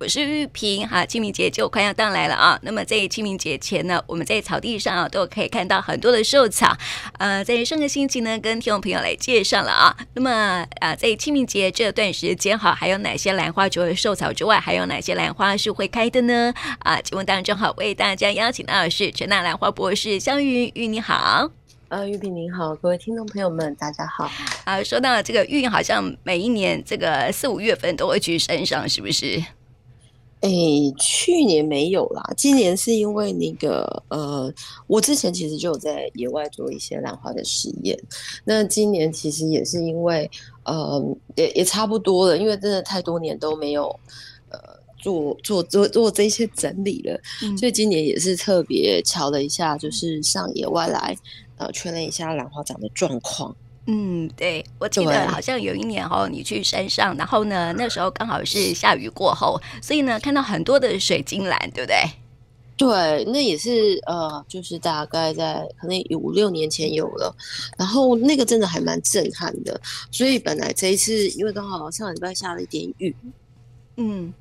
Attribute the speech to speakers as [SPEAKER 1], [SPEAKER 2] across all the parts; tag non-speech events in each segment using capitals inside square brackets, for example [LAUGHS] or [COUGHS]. [SPEAKER 1] 我是玉萍哈、清明节就快要到来了啊。那么在清明节前呢，我们在草地上啊都可以看到很多的寿草。呃，在上个星期呢，跟听众朋友来介绍了啊。那么呃，在清明节这段时间哈，还有哪些兰花除了寿草之外，还有哪些兰花是会开的呢？啊，节目当中好为大家邀请到的是全大兰花博士肖云玉，你好。
[SPEAKER 2] 呃，玉萍您好，各位听众朋友们，大家好。
[SPEAKER 1] 啊，说到这个玉，好像每一年这个四五月份都会去山上，是不是？
[SPEAKER 2] 哎，去年没有啦，今年是因为那个呃，我之前其实就有在野外做一些兰花的实验。那今年其实也是因为呃，也也差不多了，因为真的太多年都没有呃做做做做这些整理了，
[SPEAKER 1] 嗯
[SPEAKER 2] 所以今年也是特别瞧了一下，就是上野外来呃确认一下兰花长的状况。
[SPEAKER 1] 嗯，对，我记得
[SPEAKER 2] 对
[SPEAKER 1] 好像有一年哦，你去山上，然后呢，那时候刚好是下雨过后，所以呢，看到很多的水晶兰，对不对？
[SPEAKER 2] 对，那也是呃，就是大概在可能有五六年前有了，然后那个真的还蛮震撼的。所以本来这一次，因为刚好上礼拜下了一点雨，
[SPEAKER 1] 嗯，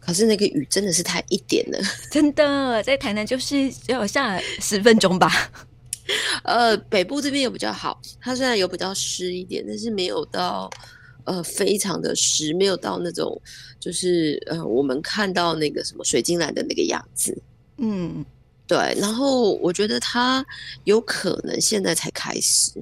[SPEAKER 2] 可是那个雨真的是太一点了， [LAUGHS]
[SPEAKER 1] 真的，在台南就是只有下十分钟吧。
[SPEAKER 2] 呃，北部这边有比较好，它虽然有比较湿一点，但是没有到呃非常的湿，没有到那种就是呃我们看到那个什么水晶兰的那个样子。
[SPEAKER 1] 嗯，
[SPEAKER 2] 对，然后我觉得它有可能现在才开始，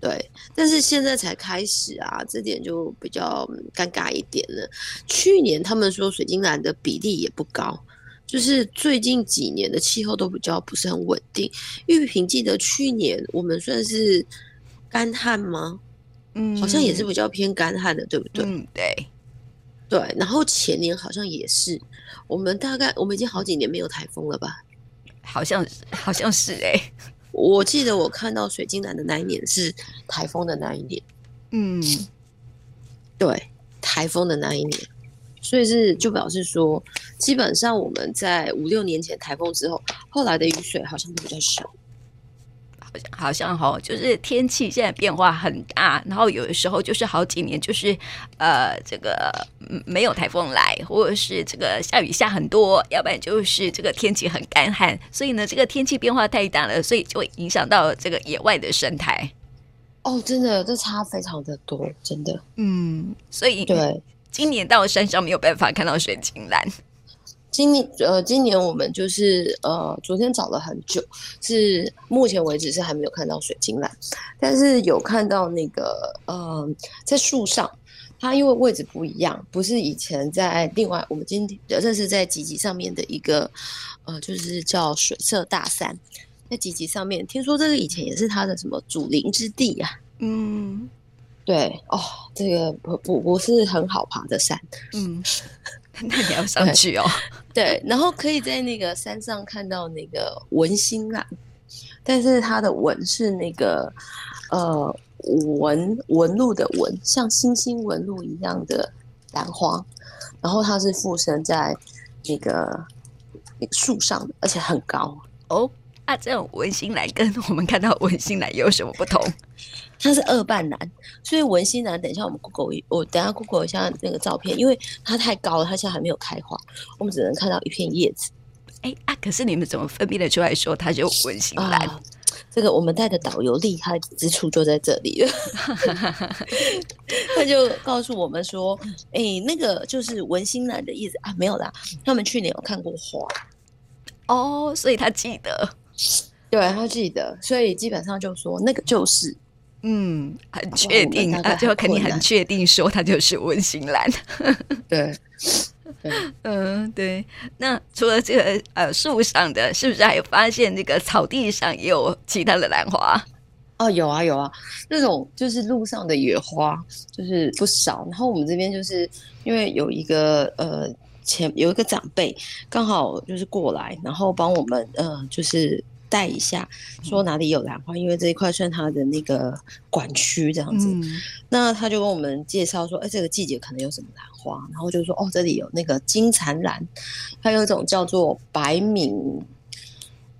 [SPEAKER 2] 对，但是现在才开始啊，这点就比较嗯尴尬一点了。去年他们说水晶兰的比例也不高，就是最近几年的气候都比较不是很稳定。玉萍记得去年我们算是干旱吗？
[SPEAKER 1] 嗯，
[SPEAKER 2] 好像也是比较偏干旱的，对不对？
[SPEAKER 1] 嗯，对，
[SPEAKER 2] 对，然后前年好像也是，我们大概我们已经好几年没有台风了吧？
[SPEAKER 1] 好像是，好像是哎、
[SPEAKER 2] 我记得我看到水晶兰的那一年是台风的那一年，
[SPEAKER 1] 嗯
[SPEAKER 2] 对，台风的那一年，所以是就表示说，基本上我们在五六年前台风之后，后来的雨水好像都比较少。
[SPEAKER 1] 好像哈，就是天气现在变化很大，然后有的时候就是好几年就是呃，这个嗯没有台风来，或者是这个下雨下很多，要不然就是这个天气很干旱，所以呢，这个天气变化太大了，所以就会影响到这个野外的生态。
[SPEAKER 2] 哦，真的，这差非常的多，真的。
[SPEAKER 1] 嗯，所以
[SPEAKER 2] 对，
[SPEAKER 1] 今年到山上没有办法看到水晶兰。
[SPEAKER 2] 今年呃，今年我们就是呃，昨天找了很久，是目前为止是还没有看到水晶兰，但是有看到那个呃，在树上，它因为位置不一样，不是以前在另外我们今天呃这是在集集上面的一个呃，就是叫水色大山，在集集上面，听说这个以前也是它的什么祖灵之地呀、
[SPEAKER 1] 嗯
[SPEAKER 2] 对哦，这个不不不是很好爬的山，
[SPEAKER 1] 嗯，那你要上去哦。
[SPEAKER 2] 对，然后可以在那个山上看到那个文心兰，但是它的文是那个呃纹纹路的纹，像星星纹路一样的兰花，然后它是附身在那个那个树上的，而且很高。
[SPEAKER 1] 哦，那、这种文心兰跟我们看到文心兰有什么不同？
[SPEAKER 2] 它是二瓣兰，所以文心兰，等一下我们 Google 一，我等一下 Google 一下那个照片，因为它太高了，它现在还没有开花，我们只能看到一片叶子。
[SPEAKER 1] 哎啊！可是你们怎么分辨得出来说它是文心兰？
[SPEAKER 2] 啊，这个我们带的导游厉害之处就在这里 [LAUGHS] 了，他就告诉我们说，哎、那个就是文心兰的意思啊，没有啦，他们去年有看过花，
[SPEAKER 1] 哦，所以他记得，
[SPEAKER 2] 对他记得，所以基本上就说那个就是，
[SPEAKER 1] 嗯，很确定
[SPEAKER 2] 哦哇我们大概
[SPEAKER 1] 啊，就
[SPEAKER 2] 很
[SPEAKER 1] 肯定
[SPEAKER 2] 困
[SPEAKER 1] 很
[SPEAKER 2] 难
[SPEAKER 1] 确定说它就是文心兰。
[SPEAKER 2] 对，对，
[SPEAKER 1] 嗯，对。那除了这个呃树上的，是不是还有发现那个草地上也有其他的兰花？
[SPEAKER 2] 哦，有啊有啊，那种就是路上的野花，就是不少。然后我们这边就是因为有一个呃前有一个长辈刚好就是过来，然后帮我们呃就是带一下，说哪里有兰花，因为这一块算他的那个管区这样子。那他就跟我们介绍说，哎、这个季节可能有什么兰花，然后就说，哦，这里有那个金蝉兰，还有一种叫做白敏，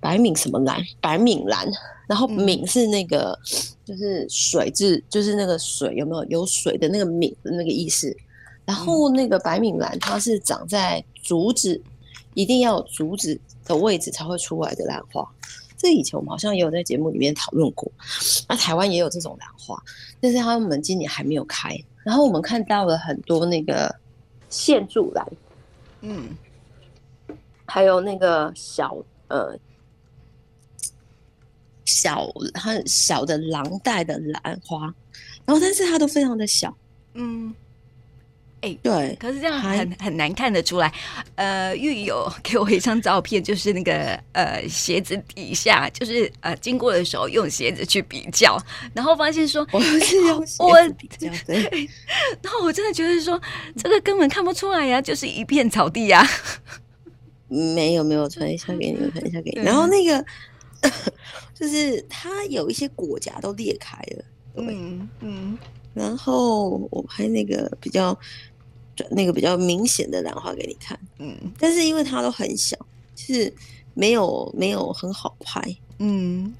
[SPEAKER 2] 白敏什么兰，白敏兰，然后
[SPEAKER 1] 嗯
[SPEAKER 2] 敏是那个、就是水质，就是那个水有没有有水的那个敏的那个意思，然后那个白敏兰它是长在竹子，一定要有竹子的位置才会出来的兰花。这以前我们好像也有在节目里面讨论过，那台湾也有这种兰花，但是他们今年还没有开。然后我们看到了很多那个线柱兰，
[SPEAKER 1] 嗯，
[SPEAKER 2] 还有那个小呃小很小的狼带的兰花，然后但是它都非常的小，
[SPEAKER 1] 嗯，
[SPEAKER 2] 对，
[SPEAKER 1] 可是这样
[SPEAKER 2] 还
[SPEAKER 1] 很很难看得出来。呃，玉友给我一张照片，就是那个呃鞋子底下，就是呃经过的时候用鞋子去比较，然后发现说，
[SPEAKER 2] [LAUGHS]
[SPEAKER 1] 哎哦
[SPEAKER 2] 我是用鞋
[SPEAKER 1] 我
[SPEAKER 2] 子比较对，
[SPEAKER 1] [LAUGHS] 然后我真的觉得说这个根本看不出来呀、就是一片草地呀、
[SPEAKER 2] 没有没有传一下给你，我传一下给你。
[SPEAKER 1] 嗯
[SPEAKER 2] 然后那个就是它有一些果荚都裂开了，对
[SPEAKER 1] 嗯嗯
[SPEAKER 2] 然后我拍那个比较那个比较明显的兰花给你看，
[SPEAKER 1] 嗯
[SPEAKER 2] 但是因为它都很小，就是没有没有很好拍，
[SPEAKER 1] 嗯，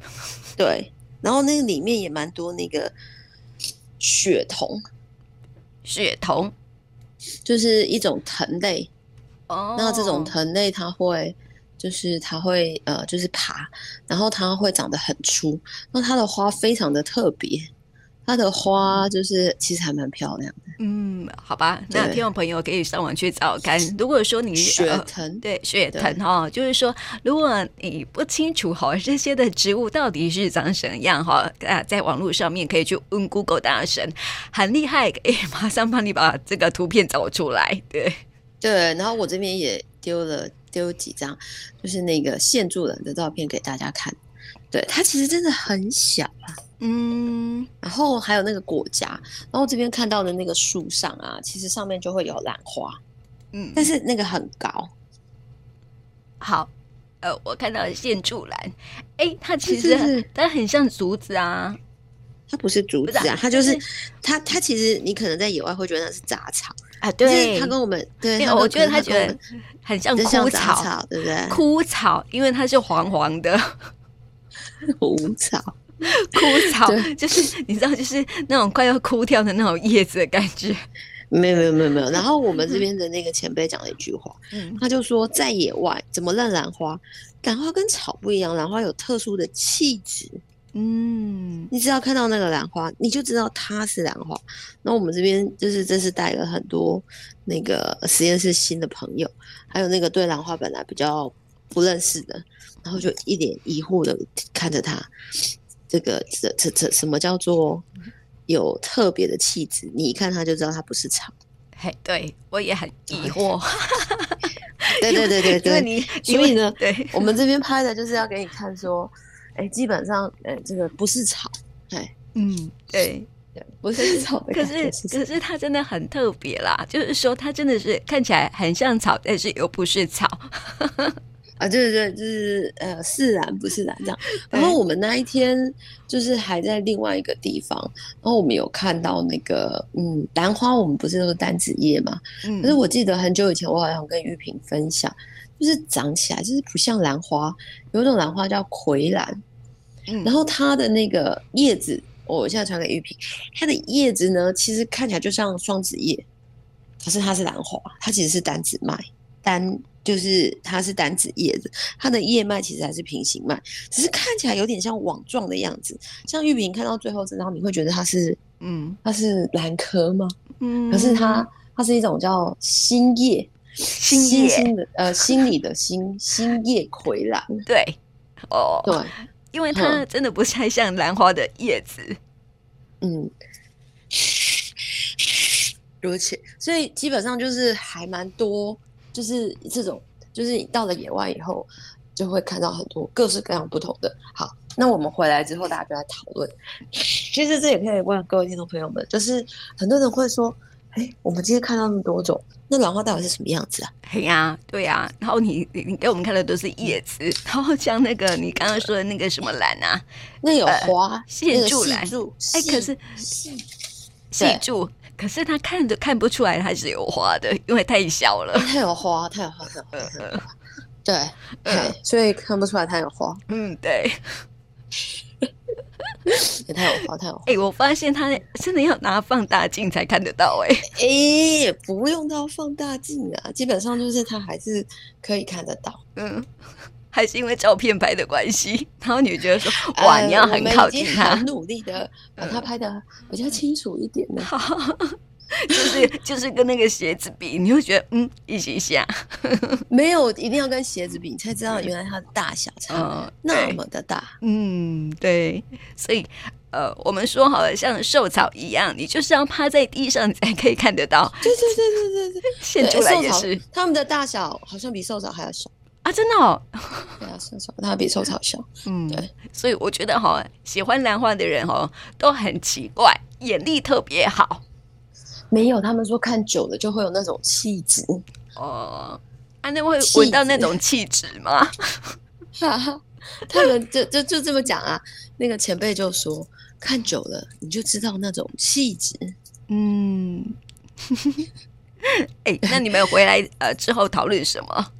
[SPEAKER 2] 对。然后那个里面也蛮多那个血桐，
[SPEAKER 1] 血桐
[SPEAKER 2] 就是一种藤类，
[SPEAKER 1] 哦
[SPEAKER 2] 那这种藤类它会，就是它会呃，就是爬，然后它会长得很粗，那它的花非常的特别，它的花就是其实还蛮漂亮的，
[SPEAKER 1] 嗯，好吧，那
[SPEAKER 2] 对
[SPEAKER 1] 听众朋友可以上网去找看。如果说你
[SPEAKER 2] 血
[SPEAKER 1] 呃
[SPEAKER 2] 藤，
[SPEAKER 1] 对，血
[SPEAKER 2] 对
[SPEAKER 1] 藤哈，就是说，如果你不清楚哈这些的植物到底是长什样哈，啊，在网络上面可以去问 Google 大神，很厉害，可以马上帮你把这个图片找出来。对，
[SPEAKER 2] 对，然后我这边也丢了丢几张，就是那个现住人的照片给大家看，对，它其实真的很小。
[SPEAKER 1] 嗯
[SPEAKER 2] 然后还有那个果荚，然后这边看到的那个树上啊，其实上面就会有兰花，
[SPEAKER 1] 嗯，
[SPEAKER 2] 但是那个很高，
[SPEAKER 1] 好，呃，我看到线柱兰，哎，它其
[SPEAKER 2] 是是
[SPEAKER 1] 实
[SPEAKER 2] 是
[SPEAKER 1] 它很像竹子啊，
[SPEAKER 2] 它不是竹
[SPEAKER 1] 不
[SPEAKER 2] 子
[SPEAKER 1] 是啊
[SPEAKER 2] 啊，它就是
[SPEAKER 1] 就
[SPEAKER 2] 它，它其实你可能在野外会觉得那是杂草，
[SPEAKER 1] 啊，
[SPEAKER 2] 但是它跟我们对，
[SPEAKER 1] 没
[SPEAKER 2] 它
[SPEAKER 1] 有，
[SPEAKER 2] 跟
[SPEAKER 1] 我觉得
[SPEAKER 2] 可能
[SPEAKER 1] 它
[SPEAKER 2] 它
[SPEAKER 1] 觉
[SPEAKER 2] 跟
[SPEAKER 1] 得很像
[SPEAKER 2] 我们就像
[SPEAKER 1] 枯
[SPEAKER 2] 杂
[SPEAKER 1] 草，
[SPEAKER 2] 草，对不对？
[SPEAKER 1] 枯草，因为它是黄黄的 [LAUGHS]
[SPEAKER 2] 枯草，
[SPEAKER 1] 枯草，
[SPEAKER 2] 对
[SPEAKER 1] 就是你知道，就是那种快要枯掉的那种叶子的感觉。
[SPEAKER 2] 没有没有没有没有。然后我们这边的那个前辈讲了一句话，
[SPEAKER 1] 嗯
[SPEAKER 2] 他就说在野外怎么认兰花？兰花跟草不一样，兰花有特殊的气质，
[SPEAKER 1] 嗯
[SPEAKER 2] 你只要看到那个兰花，你就知道它是兰花。那我们这边就是这次带了很多那个实验室新的朋友，还有那个对兰花本来比较不认识的，然后就一脸疑惑的看着它，这个这这这什么叫做有特别的气质？你一看它就知道它不是草。
[SPEAKER 1] 嘿，对我也很疑惑，
[SPEAKER 2] [LAUGHS] 对对对对
[SPEAKER 1] [LAUGHS] 因为
[SPEAKER 2] 对，
[SPEAKER 1] 你，
[SPEAKER 2] 所以呢
[SPEAKER 1] 因为对，
[SPEAKER 2] 我们这边拍的就是要给你看说，哎，基本上，哎，这个不是草，哎，
[SPEAKER 1] 嗯，对。
[SPEAKER 2] 对不是草的
[SPEAKER 1] 可
[SPEAKER 2] 感
[SPEAKER 1] 是
[SPEAKER 2] 觉是，
[SPEAKER 1] 可是它真的很特别啦，就是说它真的是看起来很像草，但是又不是草。
[SPEAKER 2] 啊，对对对，就是呃，是然不是然
[SPEAKER 1] [LAUGHS]
[SPEAKER 2] 这样。
[SPEAKER 1] 对
[SPEAKER 2] 然后我们那一天就是还在另外一个地方，然后我们有看到那个嗯，兰花，我们不是都是单子叶嘛？
[SPEAKER 1] 嗯
[SPEAKER 2] 可是我记得很久以前，我好像跟玉萍分享，就是长起来就是不像兰花，有一种兰花叫葵兰，
[SPEAKER 1] 嗯
[SPEAKER 2] 然后它的那个叶子，我现在传给玉萍，它的叶子呢，其实看起来就像双子叶，可是它是兰花，它其实是单子麦，单就是它是单子叶子，它的叶脉其实还是平行脉，只是看起来有点像网状的样子。像玉萍看到最后这张，你会觉得它是
[SPEAKER 1] 嗯
[SPEAKER 2] 它是兰科吗？
[SPEAKER 1] 嗯，
[SPEAKER 2] 可是它它是一种叫新叶。
[SPEAKER 1] 新叶
[SPEAKER 2] 新的呃，心里的心，新叶葵兰，
[SPEAKER 1] 对哦，
[SPEAKER 2] 对，
[SPEAKER 1] 因为它真的不太像兰花的叶子。
[SPEAKER 2] 嗯， [LAUGHS] 而且，所以基本上就是还蛮多，就是这种，就是你到了野外以后，就会看到很多各式各样不同的。好，那我们回来之后，大家就来讨论。其实这也可以问各位听众朋友们，就是很多人会说，哎，我们今天看到那么多种，那兰花到底是什么样子啊？
[SPEAKER 1] 嘿呀、对呀、然后你你你给我们看的都是叶子，然后像那个你刚刚说的那个什么兰啊，
[SPEAKER 2] 那有花，
[SPEAKER 1] 线
[SPEAKER 2] 那个
[SPEAKER 1] 柱
[SPEAKER 2] 细
[SPEAKER 1] 兰
[SPEAKER 2] 柱，
[SPEAKER 1] 哎，可
[SPEAKER 2] 细
[SPEAKER 1] 是
[SPEAKER 2] 细
[SPEAKER 1] 细柱，可是它看都看不出来它是有花的，因为太小
[SPEAKER 2] [LAUGHS]
[SPEAKER 1] 了。
[SPEAKER 2] 它有花，它有花，
[SPEAKER 1] 嗯
[SPEAKER 2] 它有花，它有花对，嘿所以看不出来它有花。
[SPEAKER 1] 嗯，对，
[SPEAKER 2] 也太有花，太有花。
[SPEAKER 1] 哎、我发现他真的要拿放大镜才看得到哎、
[SPEAKER 2] 哎、也不用到放大镜啊，基本上就是它还是可以看得到。
[SPEAKER 1] 嗯，还是因为照片拍的关系，然后你就觉得说哇，
[SPEAKER 2] 呃
[SPEAKER 1] 你要
[SPEAKER 2] 我
[SPEAKER 1] 很
[SPEAKER 2] 们已
[SPEAKER 1] 靠
[SPEAKER 2] 经
[SPEAKER 1] 近他
[SPEAKER 2] 很，啊努力 [LAUGHS] 的把它拍的比较清楚一点了。
[SPEAKER 1] 好，就是就是跟那个鞋子比，你会觉得嗯，一起一下，
[SPEAKER 2] 没有，一定要跟鞋子比，你才知道原来它的大小差
[SPEAKER 1] 嗯，
[SPEAKER 2] 那
[SPEAKER 1] 对
[SPEAKER 2] 么的大。
[SPEAKER 1] 嗯，对，所以呃，我们说好了，像瘦草一样，你就是要趴在地上，你才可以看得到。
[SPEAKER 2] 对对对对 [LAUGHS] 对对，
[SPEAKER 1] 现出
[SPEAKER 2] 对
[SPEAKER 1] 来
[SPEAKER 2] 瘦
[SPEAKER 1] 也
[SPEAKER 2] 草
[SPEAKER 1] 是
[SPEAKER 2] 它们的大小好像比瘦草还要小，
[SPEAKER 1] 啊，真的、哦，
[SPEAKER 2] 对啊，瘦草它比瘦草小。
[SPEAKER 1] 嗯
[SPEAKER 2] 对，
[SPEAKER 1] 所以我觉得哈、喜欢兰花的人哦，都很奇怪，眼力特别好
[SPEAKER 2] 没有，他们说看久了就会有那种气质，
[SPEAKER 1] 哦。啊，那会
[SPEAKER 2] 气
[SPEAKER 1] 闻到那
[SPEAKER 2] 质
[SPEAKER 1] 种气质吗？
[SPEAKER 2] 哈哈，他们就就就这么讲啊。那个前辈就说，看久了你就知道那种气质。
[SPEAKER 1] 嗯， [LAUGHS] 哎、那你们回来呃之后讨论什么？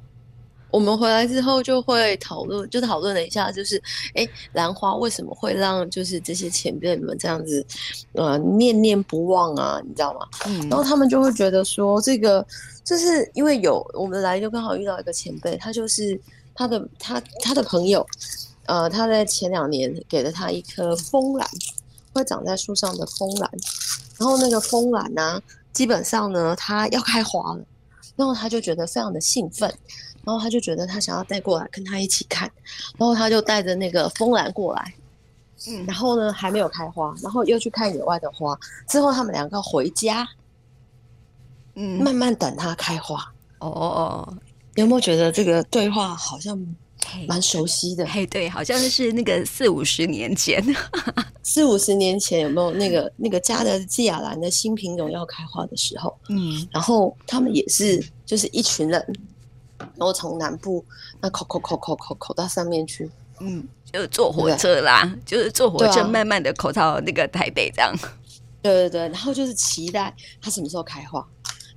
[SPEAKER 2] 我们回来之后就会讨论，就讨论了一下，就是哎，诶兰花为什么会让就是这些前辈们这样子，呃，念念不忘啊，你知道吗？
[SPEAKER 1] 嗯
[SPEAKER 2] 然后他们就会觉得说，这个就是因为有我们来就刚好遇到一个前辈，他就是他的他他的朋友，呃，他在前两年给了他一颗枫兰，会长在树上的枫兰，然后那个枫兰呢、基本上呢它要开花了，然后他就觉得非常的兴奋。然后他就觉得他想要带过来跟他一起看，然后他就带着那个枫兰过来，
[SPEAKER 1] 嗯
[SPEAKER 2] 然后呢还没有开花，然后又去看野外的花。之后他们两个回家，
[SPEAKER 1] 嗯
[SPEAKER 2] 慢慢等它开花。
[SPEAKER 1] 哦哦，
[SPEAKER 2] 有没有觉得这个对话好像
[SPEAKER 1] 嘿
[SPEAKER 2] 蛮熟悉的？
[SPEAKER 1] 嘿，对，好像是那个四五十年前，
[SPEAKER 2] 四五十年前有没有那个那个加德季亚兰的新品种要开花的时候，
[SPEAKER 1] 嗯，
[SPEAKER 2] 然后他们也是就是一群人，然后从南部那口口口口口口到上面去，
[SPEAKER 1] 嗯， [LAUGHS] 就坐火车啦，就是坐火
[SPEAKER 2] 对
[SPEAKER 1] 车
[SPEAKER 2] 啊
[SPEAKER 1] 慢慢的口到那个台北这样。
[SPEAKER 2] 对对对，然后就是期待它什么时候开花。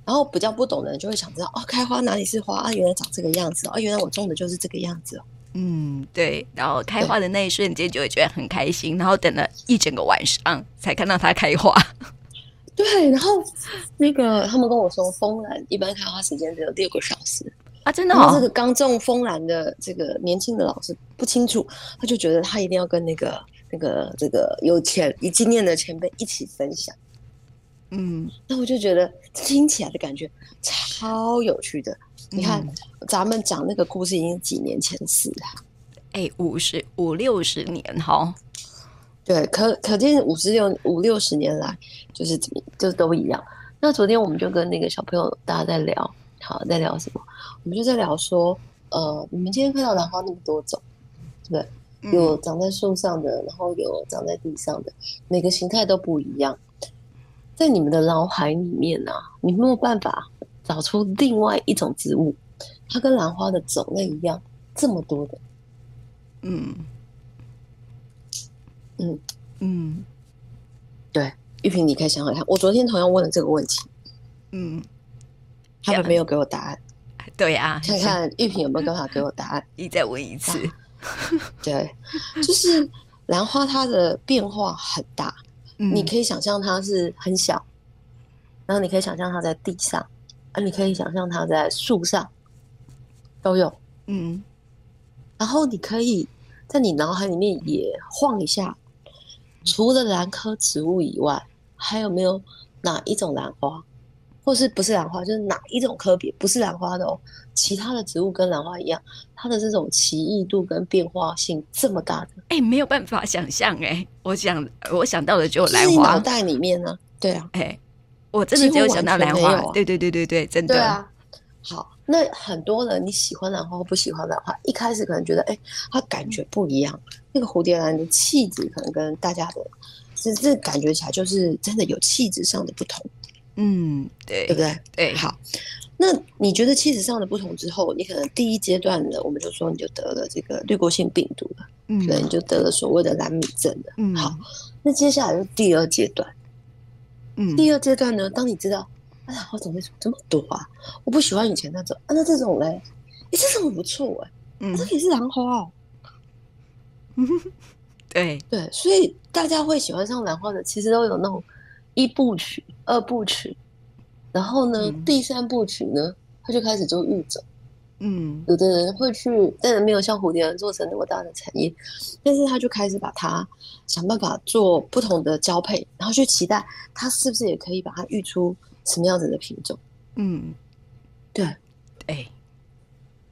[SPEAKER 2] 然后比较不懂的人就会想知道，哦，开花哪里是花啊？原来长这个样子哦，啊原来我种的就是这个样子哦。
[SPEAKER 1] 嗯，对。然后开花的那一瞬间就会觉得很开心，然后等了一整个晚上才看到它开花。
[SPEAKER 2] 对，然后那个他们跟我说，枫兰一般开花时间只有六个小时，
[SPEAKER 1] 啊，真的
[SPEAKER 2] 然后
[SPEAKER 1] 哦
[SPEAKER 2] 这，个刚中风兰的这个年轻的老师不清楚，他就觉得他一定要跟那个那个这个有钱有经验的前辈一起分享。
[SPEAKER 1] 嗯，
[SPEAKER 2] 那我就觉得听起来的感觉超有趣的。你看，
[SPEAKER 1] 嗯
[SPEAKER 2] 咱们讲那个故事已经几年前的事了，
[SPEAKER 1] 哎，五十五六十年哈，
[SPEAKER 2] 对，可可见五十六五六十年来就是怎么就都一样。那昨天我们就跟那个小朋友大家在聊，好在聊什么？我们就在聊说，呃，你们今天看到兰花那么多种，对不对？
[SPEAKER 1] 嗯
[SPEAKER 2] 有长在树上的，然后有长在地上的，每个形态都不一样。在你们的脑海里面啊，你没有办法找出另外一种植物，它跟兰花的种类一样，这么多的，
[SPEAKER 1] 嗯
[SPEAKER 2] 嗯
[SPEAKER 1] 嗯
[SPEAKER 2] 对。玉萍，你可以想想看，我昨天同样问了这个问题，
[SPEAKER 1] 嗯，
[SPEAKER 2] 他们没有给我答案。
[SPEAKER 1] 对啊，
[SPEAKER 2] 看看玉萍有没有办法给我答案？
[SPEAKER 1] 你再问一次，
[SPEAKER 2] 对，就是兰花它的变化很大，
[SPEAKER 1] 嗯
[SPEAKER 2] 你可以想象它是很小，然后你可以想象它在地上，啊，你可以想象它在树上，都有。
[SPEAKER 1] 嗯
[SPEAKER 2] 然后你可以在你脑海里面也晃一下，除了兰科植物以外，还有没有哪一种兰花，或是不是兰花，就是哪一种科别不是兰花的哦？其他的植物跟兰花一样，它的这种奇异度跟变化性这么大的，
[SPEAKER 1] 哎，没有办法想象哎，我想我想到的只有
[SPEAKER 2] 就是
[SPEAKER 1] 兰
[SPEAKER 2] 你脑
[SPEAKER 1] 花，
[SPEAKER 2] 袋里面呢？对啊，
[SPEAKER 1] 哎，我真的只有想到兰
[SPEAKER 2] 几乎完全
[SPEAKER 1] 花
[SPEAKER 2] 没有，啊
[SPEAKER 1] 对对对对对，真的，
[SPEAKER 2] 对啊。好，那很多人你喜欢兰花或不喜欢兰花，一开始可能觉得，哎、它感觉不一样。那个蝴蝶兰的气质可能跟大家的，是这感觉起来就是真的有气质上的不同，
[SPEAKER 1] 嗯，对
[SPEAKER 2] 对不对？
[SPEAKER 1] 对，
[SPEAKER 2] 好，那你觉得气质上的不同之后，你可能第一阶段的，我们就说你就得了这个滤过性病毒了，
[SPEAKER 1] 嗯
[SPEAKER 2] 可能你就得了所谓的蓝米症了。
[SPEAKER 1] 嗯
[SPEAKER 2] 好，那接下来就是第二阶段，
[SPEAKER 1] 嗯
[SPEAKER 2] 第二阶段呢，当你知道，啊，兰花种类怎么这么多啊？我不喜欢以前那种，啊，那这种嘞，诶，这种很不错哎、
[SPEAKER 1] 嗯
[SPEAKER 2] 这个也是兰花哦。
[SPEAKER 1] [LAUGHS] 对，
[SPEAKER 2] 对，所以大家会喜欢上兰花的，其实都有那种一部曲、二部曲，然后呢，
[SPEAKER 1] 嗯
[SPEAKER 2] 第三部曲呢，它就开始做育种。
[SPEAKER 1] 嗯
[SPEAKER 2] 有的人会去，当然没有像蝴蝶兰做成那么大的产业，但是他就开始把它想办法做不同的交配，然后去期待它是不是也可以把它育出什么样子的品种。
[SPEAKER 1] 嗯，
[SPEAKER 2] 对，
[SPEAKER 1] 对，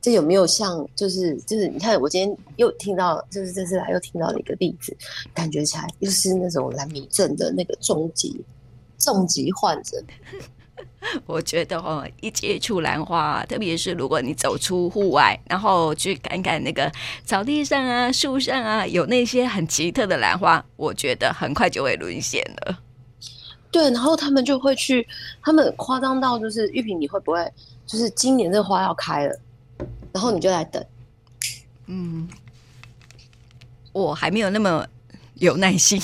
[SPEAKER 2] 这有没有像就是就是你看，我今天又听到就是这次来又听到了一个例子，感觉起来又是那种蓝米症的那个重疾重疾患者，
[SPEAKER 1] 我觉得哦，一接触兰花，特别是如果你走出户外，然后去看看那个草地上啊、树上啊，有那些很奇特的兰花，我觉得很快就会沦陷了。
[SPEAKER 2] 对，然后他们就会去，他们夸张到就是玉萍，你会不会就是今年这花要开了，然后你就来等。
[SPEAKER 1] 嗯，我还没有那么有耐心。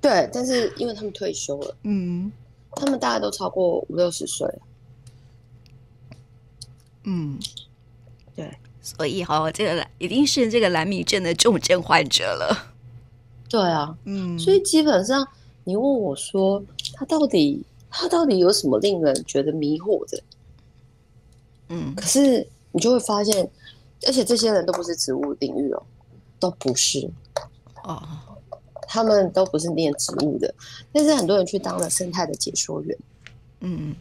[SPEAKER 2] 对，但是因为他们退休了，
[SPEAKER 1] 嗯
[SPEAKER 2] 他们大概都超过五六十岁了。
[SPEAKER 1] 嗯，
[SPEAKER 2] 对，
[SPEAKER 1] 所以哦，这个一定是这个蓝米症的重症患者了。
[SPEAKER 2] 对啊，
[SPEAKER 1] 嗯，
[SPEAKER 2] 所以基本上你问我说，他到底他到底有什么令人觉得迷惑的？
[SPEAKER 1] 嗯
[SPEAKER 2] 可是你就会发现，而且这些人都不是植物领域哦，都不是，
[SPEAKER 1] 哦，
[SPEAKER 2] 他们都不是念植物的，但是很多人去当了生态的解说员。
[SPEAKER 1] 嗯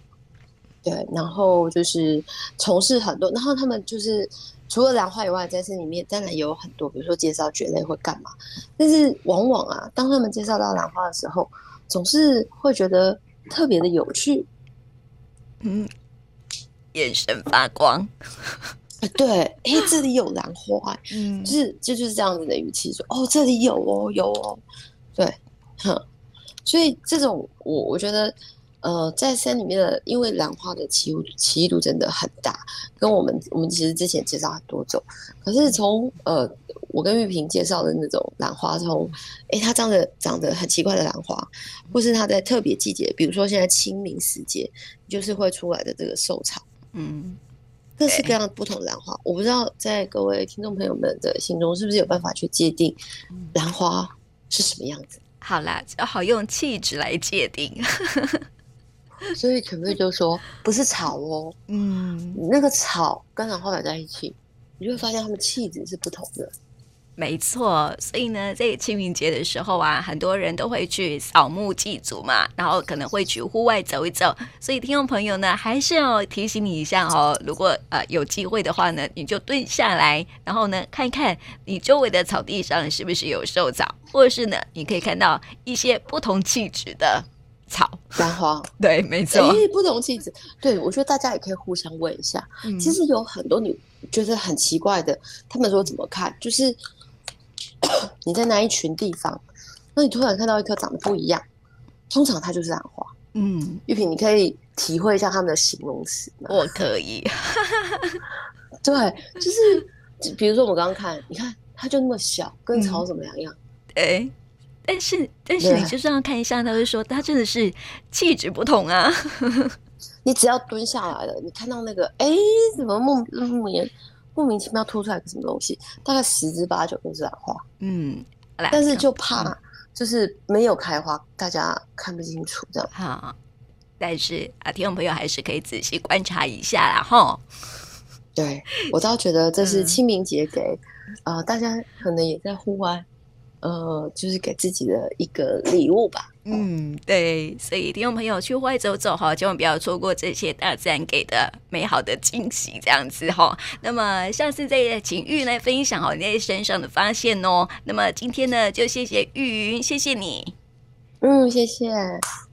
[SPEAKER 2] 对，然后就是从事很多，然后他们就是除了兰花以外，在森林里面当然也有很多，比如说介绍蕨类会干嘛，但是往往啊，当他们介绍到兰花的时候，总是会觉得特别的有趣。
[SPEAKER 1] 嗯，眼神发光。
[SPEAKER 2] 哎对，哎，这里有兰花、哎
[SPEAKER 1] 嗯
[SPEAKER 2] 就是这就是这样子的语气说，哦，这里有哦，有哦，对，哼，所以这种我我觉得，呃，在山里面的，因为兰花的奇物奇异度真的很大，跟我们我们其实之前介绍很多种，可是从呃我跟玉萍介绍的那种兰花，从诶它长得长得很奇怪的兰花，或是它在特别季节，比如说现在清明时节，就是会出来的这个寿草。
[SPEAKER 1] 嗯。
[SPEAKER 2] 各式各样不同的兰花，我不知道在各位听众朋友们的心中是不是有办法去界定兰花是什么样子，
[SPEAKER 1] 好啦，只好用气质来界定。
[SPEAKER 2] 所以可不可以就说不是草哦，
[SPEAKER 1] 嗯，
[SPEAKER 2] 那个草跟兰花摆在一起，你就会发现它们气质是不同的。
[SPEAKER 1] 没错。所以呢，在清明节的时候啊，很多人都会去扫墓祭祖嘛，然后可能会去户外走一走。所以听众朋友呢，还是要提醒你一下哦，如果呃有机会的话呢，你就蹲下来，然后呢看看你周围的草地上是不是有寿草，或是呢你可以看到一些不同气质的草。
[SPEAKER 2] 兰花，
[SPEAKER 1] 对，没 [LAUGHS]
[SPEAKER 2] 哎、
[SPEAKER 1] 错。
[SPEAKER 2] 不同气质，对我觉得大家也可以互相问一下。
[SPEAKER 1] 嗯
[SPEAKER 2] 其实有很多你觉得很奇怪的，他们说怎么看，就是 [COUGHS] 你在那一群地方，那你突然看到一棵长得不一样，通常它就是兰花。
[SPEAKER 1] 嗯，
[SPEAKER 2] 玉萍，你可以体会一下他们的形容词吗？
[SPEAKER 1] 我可以。
[SPEAKER 2] 对，就是就比如说我们刚刚看，你看它就那么小，跟
[SPEAKER 1] 嗯
[SPEAKER 2] 草什么两样？
[SPEAKER 1] [LAUGHS] 对，但是但是你
[SPEAKER 2] 对
[SPEAKER 1] 就是要看一下，他会说他真的是气质不同啊。
[SPEAKER 2] 你只要蹲下来了，你看到那个哎，怎么莫莫言莫名其妙凸出来个什么东西，大概十之八九都是兰花，
[SPEAKER 1] 嗯，好啦
[SPEAKER 2] 但是就
[SPEAKER 1] 嗯
[SPEAKER 2] 怕就是没有开花，大家看不清楚这样。
[SPEAKER 1] 好，但是啊，听众朋友还是可以仔细观察一下啦，哈。
[SPEAKER 2] 对我倒觉得这是
[SPEAKER 1] 嗯
[SPEAKER 2] 清明节给、呃大家可能也在户外，呃，就是给自己的一个礼物吧。
[SPEAKER 1] 嗯，对，所以听众朋友去户外走走哈，千万不要错过这些大自然给的美好的惊喜，这样子哈。那么下次再请玉来分享哦你在山上的发现哦。那么今天呢，就谢谢玉云，谢谢你。
[SPEAKER 2] 嗯，谢谢。